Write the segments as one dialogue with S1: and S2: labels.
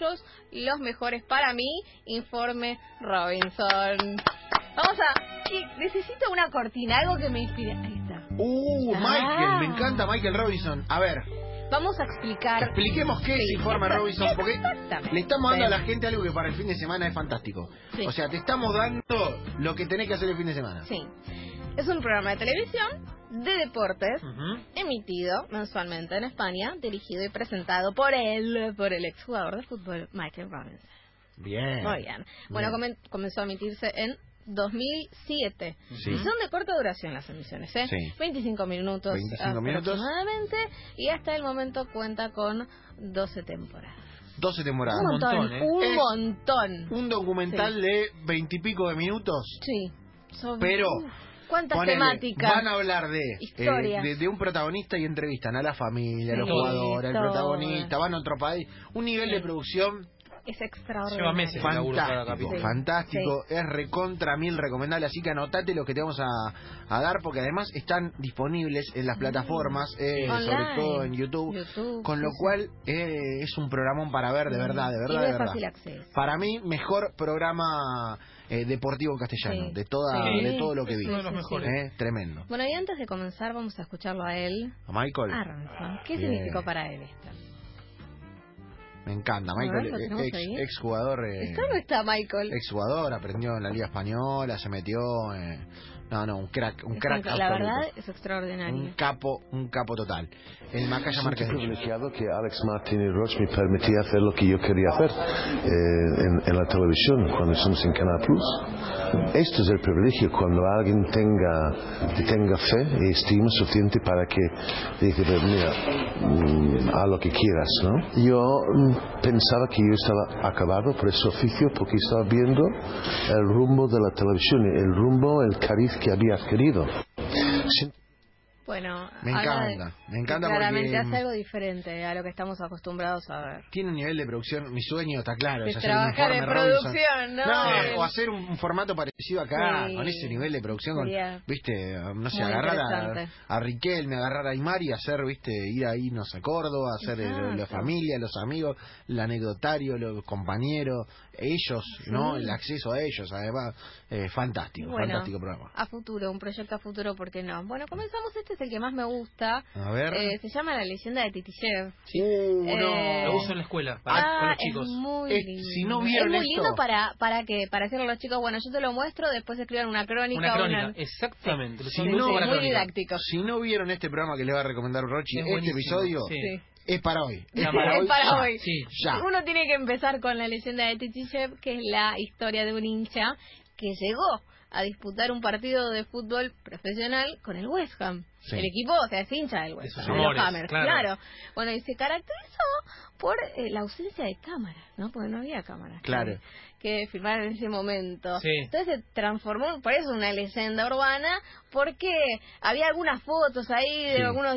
S1: maestros, los mejores para mí, informe Robinson. Vamos a... sí, Necesito una cortina, algo que me inspire. Ahí está.
S2: Uh,
S1: Ah.
S2: Michael, me encanta Michael Robinson. A ver,
S1: Vamos a explicar...
S2: expliquemos qué es
S1: Sí,
S2: Informe
S1: exacta-
S2: Robinson, porque
S1: exactamente.
S2: le estamos dando a la gente algo que para el fin de semana es fantástico.
S1: Sí.
S2: O sea, te estamos dando lo que tenés que hacer el fin de semana.
S1: Sí. Es un programa de televisión de deportes
S2: Ujú.
S1: emitido mensualmente en España, dirigido y presentado por él, por el exjugador de fútbol Michael Robinson.
S2: Bien.
S1: Muy bien. Bueno,
S2: Bien.
S1: comen- comenzó a emitirse en 2007.
S2: Sí.
S1: Y son de corta duración las emisiones, ¿eh?
S2: Sí.
S1: 25 minutos
S2: 25 minutos.
S1: aproximadamente. Y hasta el momento cuenta con 12 temporadas.
S2: 12 temporadas.
S1: un montón, un
S2: ¿eh? Es
S1: montón.
S2: un documental de veintipico de minutos.
S1: Sí. Son-
S2: Pero,
S1: ¿Cuántas
S2: Ponele,
S1: temáticas?
S2: Van a hablar de,
S1: Historia.
S2: eh, de, de un protagonista y entrevistan a la familia, a los
S1: Sí,
S2: jugadores, al
S1: todo.
S2: protagonista, van a otro país. Un nivel
S1: Sí.
S2: de producción
S1: Es extraordinario.
S3: Lleva meses. Sí, laburo cada
S2: fantástico,
S3: capítulo.
S1: Sí.
S2: fantástico. Es recontra mil recomendable, así que anotate lo que te vamos a, a dar, porque además están disponibles en las plataformas, eh, sobre
S1: Mm. Online.
S2: todo en YouTube.
S1: YouTube,
S2: Con lo
S1: sí, sí.
S2: cual eh, es un programón para ver, de verdad, de
S1: Y
S2: verdad,
S1: de
S2: de verdad.
S1: fácil acceso.
S2: Para mí, mejor programa eh, deportivo castellano,
S1: Sí.
S2: de toda,
S1: Sí.
S2: de todo lo que
S1: Sí,
S2: vi.
S3: uno de los
S1: sí,
S3: mejores.
S2: Eh, tremendo.
S1: Bueno, y antes de comenzar, vamos a escucharlo a él,
S2: A Michael.
S1: a Robinson. ¿Qué
S2: Bien.
S1: significó para él esto?
S2: Me encanta,
S1: Ah,
S2: Michael,
S1: ¿lo
S2: eh,
S1: tenemos
S2: ex, eh,
S1: ahí?
S2: ex jugador,
S1: ¿Está o no está Michael?
S2: ex jugador, aprendió en la liga española, se metió, eh, no, no, un crack, un
S1: Es
S2: crack,
S1: un- la
S2: absoluto.
S1: verdad es extraordinario.
S2: un capo, un capo total. El Macaya
S4: Sentí
S2: Marquez.
S4: privilegiado que Alex Martínez Roch me permitía hacer lo que yo quería hacer eh, en, en la televisión cuando estamos en Canal Plus. Esto es el privilegio cuando alguien tenga, que tenga fe y estima suficiente para que dice, "Pues mira, mm, haz lo que quieras, ¿no? Yo mm, pensaba que yo estaba acabado por ese oficio porque estaba viendo el rumbo de la televisión, el rumbo, el cariz que había adquirido. Sin-
S1: Bueno,
S2: Me
S1: habla de-
S2: encanta, me encanta
S1: que Claramente
S2: porque-
S1: hace algo diferente a lo que estamos acostumbrados a ver.
S2: Tiene un nivel de producción, mi sueño está claro.
S1: Es
S2: hacer
S1: trabajar
S2: un
S1: en
S2: informe Robinson.
S1: producción, ¿no? Eh,
S2: No,
S1: Sí.
S2: o hacer un, un formato parecido acá,
S1: Sí.
S2: con ese nivel de producción, con,
S1: Sería
S2: viste, Ah, no sé,
S1: muy
S2: agarrar a,
S1: interesante.
S2: a Riquelme, agarrar a Imar y hacer, viste, ir ahí, no sé, a Córdoba, hacer eh, lo- la
S1: Exacto.
S2: familia, los amigos, el anecdotario, los compañeros, ellos, ¿no? El acceso a ellos, además, eh, fantástico,
S1: Bueno,
S2: fantástico programa.
S1: a futuro, un proyecto a futuro, ¿por qué no? Bueno, comenzamos, este es el que más me gusta.
S2: A ver.
S1: Eh, se llama La leyenda de Titishev.
S2: Uh,
S1: Eh, Ah,
S3: Lo uso en la escuela,
S2: Ah,
S3: para, con los chicos.
S1: Es muy
S2: Es-
S1: lindo.
S2: Eh, si no vieron
S1: es muy
S2: esto-
S1: lindo para, para que para decirle a los chicos, bueno, yo te lo muestro, después escriban una crónica.
S3: Una crónica,
S1: una-
S3: exactamente. lo
S2: Eh, Si
S3: uso
S2: no-
S3: para
S1: es
S3: la
S1: muy
S3: crónica.
S1: didáctico.
S2: Si no vieron este programa que les va a recomendar Rochi,
S3: Es
S2: este
S3: buenísimo,
S2: episodio
S3: sí.
S1: Sí.
S2: es para hoy.
S3: Es
S1: para hoy.
S2: ya,
S3: Sí.
S2: Ya.
S1: Uno tiene que empezar con la leyenda de Titishev, que es la historia de un hincha que llegó a disputar un partido de fútbol profesional con el West Ham.
S2: Sí.
S1: El equipo, o sea, es hincha del West
S3: sus
S1: Ham, de los
S3: amores,
S1: Hammers, claro.
S3: claro.
S1: Bueno, y se caracterizó por eh, la ausencia de cámaras, ¿no? Porque no había cámaras.
S2: Claro.
S1: Que filmar en ese momento.
S3: Sí.
S1: Entonces se transformó, por eso una leyenda urbana, porque había algunas fotos ahí de
S2: Sí.
S1: algunos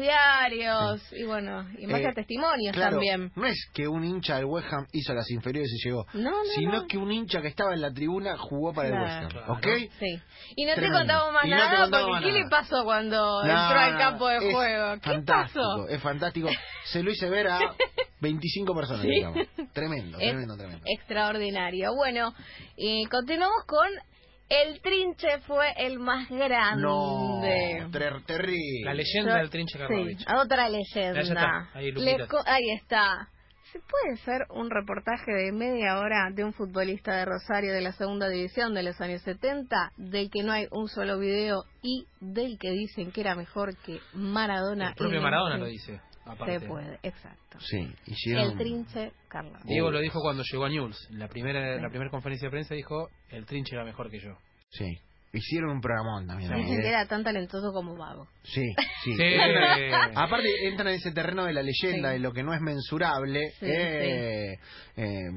S1: diarios, y bueno, y más
S2: Eh,
S1: que testimonios
S2: Claro,
S1: también.
S2: No es que un hincha del West Ham hizo las inferiores y llegó,
S1: No, no,
S2: sino
S1: no.
S2: que un hincha que estaba en la tribuna jugó para
S1: Claro.
S2: el West Ham.
S3: Claro.
S2: ¿Ok?
S1: Sí. Y no
S2: Tremendo.
S1: te contamos más
S2: Y no te
S1: nada
S2: contamos
S1: porque
S2: más
S1: ¿qué le
S2: nada.
S1: pasó cuando entró
S2: No,
S1: al
S2: no,
S1: campo de
S2: es
S1: juego? ¿Qué
S2: fantástico,
S1: pasó?
S2: Es fantástico. Se lo hice ver a 25 personas, digamos. Tremendo,
S1: Es
S2: tremendo, tremendo.
S1: extraordinario. Bueno, y continuamos con el trinche fue el más grande.
S2: No, ter- terrible.
S3: La leyenda del Trinche Karlovich.
S1: Sí, ah, a otra leyenda.
S3: Ahí está, ahí, Lupita.
S1: Les co- ahí está. ¿Se puede hacer un reportaje de media hora de un futbolista de Rosario de la segunda división de los años 70, del que no hay un solo video y del que dicen que era mejor que Maradona?
S3: El propio
S1: y-
S3: Maradona
S1: sí,
S3: lo dice. Aparte.
S1: Se puede, exacto.
S2: Sí,
S1: El
S2: hicieron...
S1: trinche Carlos.
S3: Diego lo dijo cuando llegó a News. La primera, la primera conferencia de prensa dijo, el Trinche era mejor que yo.
S2: Sí, hicieron un programón también.
S3: Sí.
S1: Dicen
S2: ¿eh?
S1: que era tan talentoso como vago.
S2: Sí, sí.
S3: Sí.
S1: Ah,
S2: Aparte, entran en ese terreno de la leyenda,
S1: Sí.
S2: de lo que no es mensurable.
S1: Sí,
S2: eh, eh,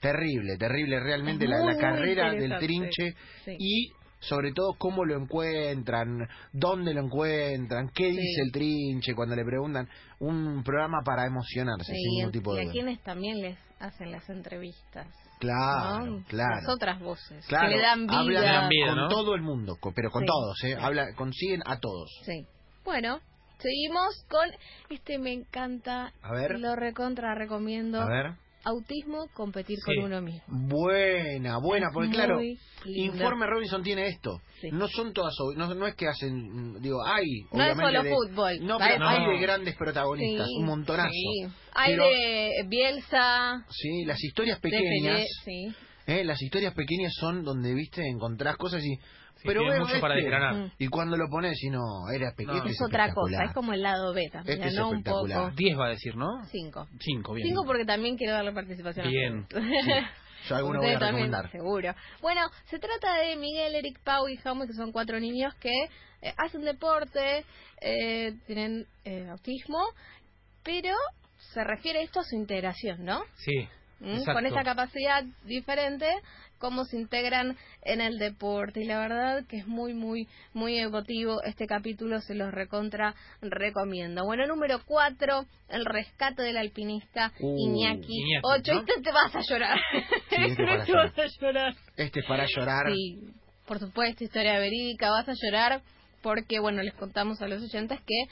S2: terrible, terrible realmente
S1: Es
S2: la, la
S1: muy, muy
S2: carrera del
S1: interesante.
S2: trinche
S1: Sí.
S2: y sobre todo cómo lo encuentran, dónde lo encuentran, qué
S1: Sí.
S2: dice el trinche cuando le preguntan. Un programa para emocionarse, sin
S1: y,
S2: ningún tipo
S1: y
S2: de...
S1: a
S2: duda.
S1: quienes también les hacen las entrevistas.
S2: Claro,
S1: ¿no?
S2: Ah, claro.
S1: Las otras voces
S2: Claro,
S1: que le dan vida.
S2: hablan
S3: Le dan vida,
S2: con
S3: ¿no?
S2: todo el mundo, co- pero con
S1: Sí.
S2: todos, ¿eh? Habla, consiguen a todos.
S1: Sí. Bueno, seguimos con este me encanta.
S2: A ver.
S1: Lo recontra recomiendo.
S2: A ver.
S1: autismo, competir
S3: Sí.
S1: con uno mismo.
S2: Buena, buena, porque
S1: Muy
S2: claro,
S1: lindo.
S2: Informe Robinson tiene esto.
S1: Sí.
S2: No son todas, ob- no, no es que hacen, mm, digo, hay.
S1: No es
S2: obviamente,
S1: solo
S2: de-
S1: fútbol.
S2: No,
S1: Hay-
S2: pero hay
S3: no.
S2: de grandes protagonistas,
S1: Sí,
S2: un montonazo.
S1: sí. Hay
S2: Pero,
S1: de Bielsa,
S2: Sí, las historias
S1: de
S2: pequeñas.
S1: Pelé, sí.
S2: Eh, las historias pequeñas son donde, viste, encontrás cosas y... pero
S3: tiene
S2: veo este.
S3: mucho para desgranar.
S2: Y cuando lo pones y no, era pequeño.
S3: No.
S2: este
S1: es otra cosa,
S2: espectacular.
S1: es como el lado B también,
S2: Este es
S1: ¿no? Un
S2: espectacular.
S1: poco.
S3: 10 va a decir, ¿no?
S1: Cinco.
S3: 5, bien.
S1: Cinco porque también quiero darle participación. a
S3: Bien.
S1: ustedes.
S2: Yo alguno voy
S1: Ustedes
S2: a
S1: también,
S2: recomendar.
S1: seguro. Bueno, se trata de Miguel, Eric, Pau y Jaume, que son cuatro niños que eh, hacen deporte, eh, tienen eh, autismo, pero se refiere esto a su integración, ¿no?
S3: Sí.
S1: ¿Mm?
S3: exacto.
S1: Con esta capacidad diferente, cómo se integran en el deporte. Y la verdad que es muy, muy, muy emotivo. Este capítulo se los recontra recomiendo. Bueno, número cuatro, el rescate del alpinista
S2: Uh,
S1: Iñaki.
S3: Iñaki,
S1: Ocho,
S3: ¿no?
S1: y te, te vas a llorar.
S2: este
S1: Creo
S2: para
S1: que
S2: llorar.
S1: vas a llorar.
S2: Este es para llorar.
S1: Sí, por supuesto, historia verídica, vas a llorar porque, bueno, les contamos a los oyentes que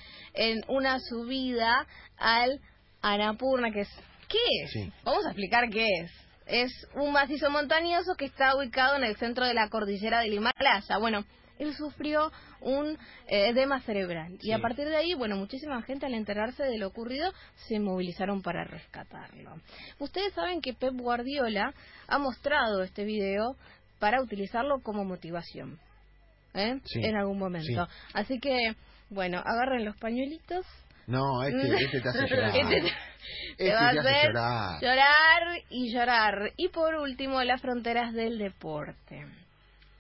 S1: en una subida al Anapurna, que es... ¿Qué es?
S2: Sí.
S1: Vamos a explicar qué es. Es un macizo montañoso que está ubicado en el centro de la cordillera del Himalaya. Bueno, él sufrió un eh, edema cerebral y
S3: Sí.
S1: a partir de ahí, bueno, muchísima gente al enterarse de lo ocurrido se movilizaron para rescatarlo. Ustedes saben que Pep Guardiola ha mostrado este video para utilizarlo como motivación ¿eh?
S2: Sí.
S1: en algún momento.
S2: Sí.
S1: Así que, bueno, agarren los pañuelitos.
S2: No, este, este te hace llorar.
S1: Este te-
S2: Este
S1: va a
S2: te hace
S1: hacer
S2: llorar.
S1: llorar y llorar. Y por último, las fronteras del deporte.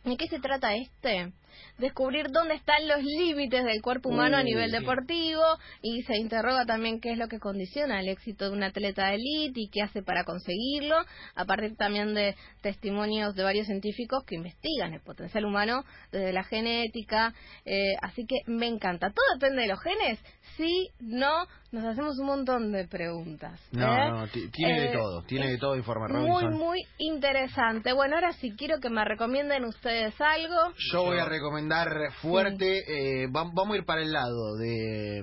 S1: ¿De qué se trata este? Descubrir dónde están los límites del cuerpo humano a
S2: Uh,
S1: nivel
S2: sí.
S1: deportivo y se interroga también qué es lo que condiciona el éxito de un atleta de élite y qué hace para conseguirlo, a partir también de testimonios de varios científicos que investigan el potencial humano desde la genética. eh, así que me encanta. Todo depende de los genes. Sí, no, nos hacemos un montón de preguntas. ¿eh?
S2: No, no, ti- tiene
S1: Eh,
S2: de todo. Tiene
S1: es
S2: de todo Informe
S1: muy,
S2: Robinson.
S1: muy interesante. Bueno, ahora sí quiero que me recomienden ustedes algo.
S2: Yo voy a recomendar fuerte, eh, vam- vamos a ir para el lado de,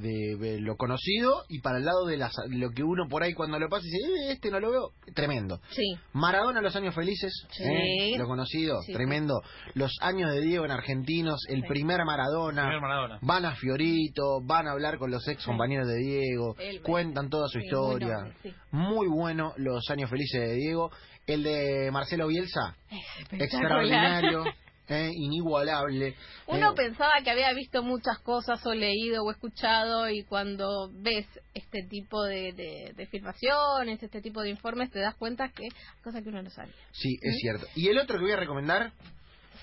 S2: de, de lo conocido y para el lado de las- lo que uno por ahí cuando lo pasa dice, "Eh, este no lo veo, tremendo.
S1: Sí.
S2: Maradona, los años felices,
S1: Sí.
S2: eh, lo conocido,
S1: Sí, sí.
S2: tremendo. Los años de Diego en Argentinos, el
S1: Sí.
S2: primer Maradona.
S3: Primer Maradona.
S2: Van a Fiorito, van a hablar con los ex compañeros de Diego,
S1: Él,
S2: cuentan toda su
S1: sí,
S2: historia.
S1: muy noble, sí.
S2: Muy bueno los años felices de Diego. El de Marcelo Bielsa, extraordinario, eh, inigualable.
S1: Uno
S2: Eh,
S1: pensaba que había visto muchas cosas o leído o escuchado y cuando ves este tipo de, de, de filmaciones, este tipo de informes, te das cuenta que cosa que uno no sabía.
S2: Sí, es cierto. Y el otro que voy a recomendar,
S1: ¿Mm?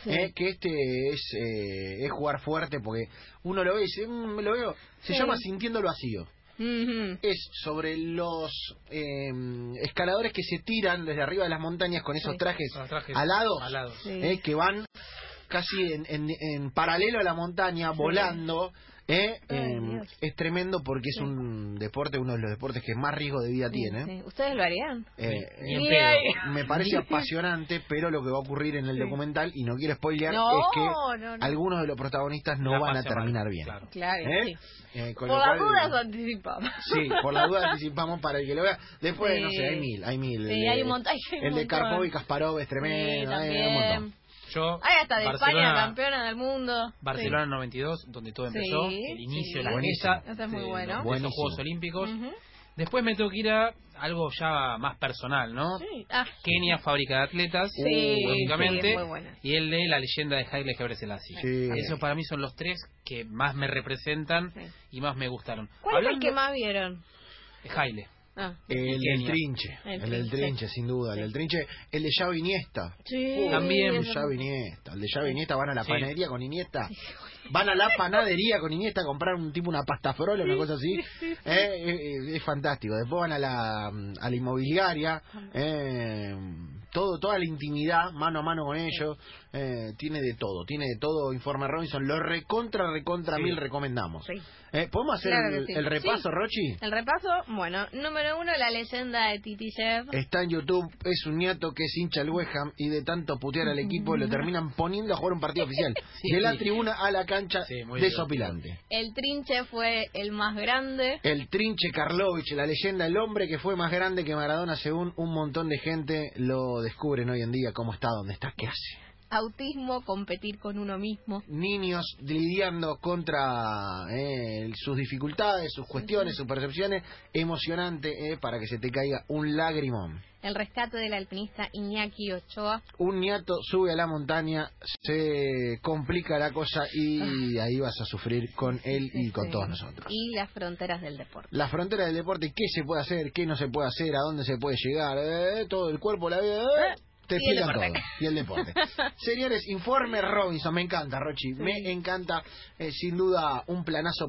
S1: Sí.
S2: eh, que este es, eh, es jugar fuerte, porque uno lo ve y dice, "Mm, me lo veo, se
S1: Sí.
S2: llama Sintiendo el Vacío.
S1: Ujú.
S2: Es sobre los eh, escaladores que se tiran desde arriba de las montañas con esos
S1: Sí.
S2: trajes,
S3: Los trajes
S2: alados,
S3: alados.
S1: Sí.
S2: eh, que van casi en, en- en paralelo a la montaña, volando. eh,
S1: Ay,
S2: eh,
S1: Dios.
S2: es tremendo porque es
S1: Sí.
S2: un deporte, uno de los deportes que más riesgo de vida tiene.
S1: Sí. ¿Ustedes lo harían?
S2: Eh,
S3: Ni en
S1: Ni
S3: pedo.
S1: ahí.
S2: me parece apasionante, pero lo que va a ocurrir en el
S1: Sí.
S2: documental, y no quiero spoilear,
S1: No,
S2: es que
S1: no, no.
S2: algunos de los protagonistas no
S3: La
S2: van a
S3: pasa mal,
S2: terminar bien.
S3: claro.
S1: Claro,
S2: ¿Eh?
S1: sí.
S2: Eh, con
S1: Por
S2: lo
S1: las
S2: cual-
S1: dudas anticipamos.
S2: Sí, por la duda anticipamos para el que lo vea. Después,
S1: Sí.
S2: no sé, hay mil, hay mil.
S1: Sí,
S2: Eh,
S1: hay un montón, hay un
S2: El de
S1: montón.
S2: Karpov y Kasparov es
S1: Sí,
S2: tremendo. eh, un
S1: también.
S2: montón.
S3: Yo,
S1: Hay hasta de
S3: Barcelona-
S1: España, campeona del mundo.
S3: Barcelona 92, donde todo
S1: Sí,
S3: empezó, el inicio,
S1: sí.
S3: la
S2: Buenísimo.
S3: mesa
S1: Eso es muy
S3: de-
S1: bueno.
S3: de
S2: Buenísimo.
S3: los Juegos Olímpicos.
S1: Ujú.
S3: Después me tengo que ir a algo ya más personal, ¿no?
S1: Sí. Ah,
S3: Kenia, fábrica de atletas,
S2: Uh,
S1: Sí, sí,
S3: lógicamente,
S1: muy buena.
S3: y el de la leyenda de Haile Gebrselassie.
S2: Sí.
S3: Esos para mí son los tres que más me representan
S1: Sí.
S3: y más me gustaron.
S1: ¿Cuál es el
S3: Hablando-
S1: que más vieron?
S3: Haile.
S1: Ah.
S2: El del
S3: Kenia.
S2: trinche,
S1: El
S2: el del
S1: trinche.
S2: trinche, sin duda, el del trinche, el de Xavi Iniesta,
S1: Sí,
S3: También,
S2: El
S1: es
S2: de
S1: verdad.
S2: Xavi Iniesta, el de Xavi Iniesta van a la
S3: Sí.
S2: panadería con Iniesta, van a la panadería con Iniesta a comprar un tipo una pasta frola, una cosa así, Eh, mm, eh, eh, es fantástico, después van a la, a la inmobiliaria, eh, todo, toda la intimidad, mano a mano con ellos, eh, tiene de todo, tiene de todo Informe Robinson, lo recontra, recontra
S3: Sí.
S2: mil recomendamos.
S1: Sí.
S2: Eh, ¿Podemos hacer
S1: Claro
S2: el,
S1: que sí.
S2: el
S1: Sí.
S2: repaso, Rochi?
S1: El repaso, bueno, número uno, la leyenda de Titi Chef.
S2: Está en YouTube, es un nieto que es hincha del West Ham y de tanto putear al equipo lo terminan poniendo a jugar un partido oficial.
S3: Sí.
S2: de la tribuna a la cancha,
S3: Sí, muy
S2: desopilante.
S1: El trinche fue el más grande.
S2: El trinche Karlovich, la leyenda, el hombre que fue más grande que Maradona según un montón de gente lo descubren hoy en día, cómo está, dónde está, qué hace.
S1: Autismo, competir con uno mismo.
S2: niños lidiando contra eh, sus dificultades, sus cuestiones, sus percepciones, emocionante eh, para que se te caiga un lagrimón.
S1: El rescate del alpinista Iñaki Ochoa.
S2: Un niato sube a la montaña, se complica la cosa y ahí vas a sufrir con él y con
S1: Ah. Sí.
S2: todos nosotros.
S1: Y las fronteras del deporte.
S2: La frontera del deporte, qué se puede hacer, qué no se puede hacer, a dónde se puede llegar, eh, todo el cuerpo, la vida, eh, te
S1: Ah, Y el
S2: explican
S1: deporte.
S2: todo. Y el deporte. Señores, informe Robinson, me encanta, Rochi, me encanta, eh, sin duda, un planazo.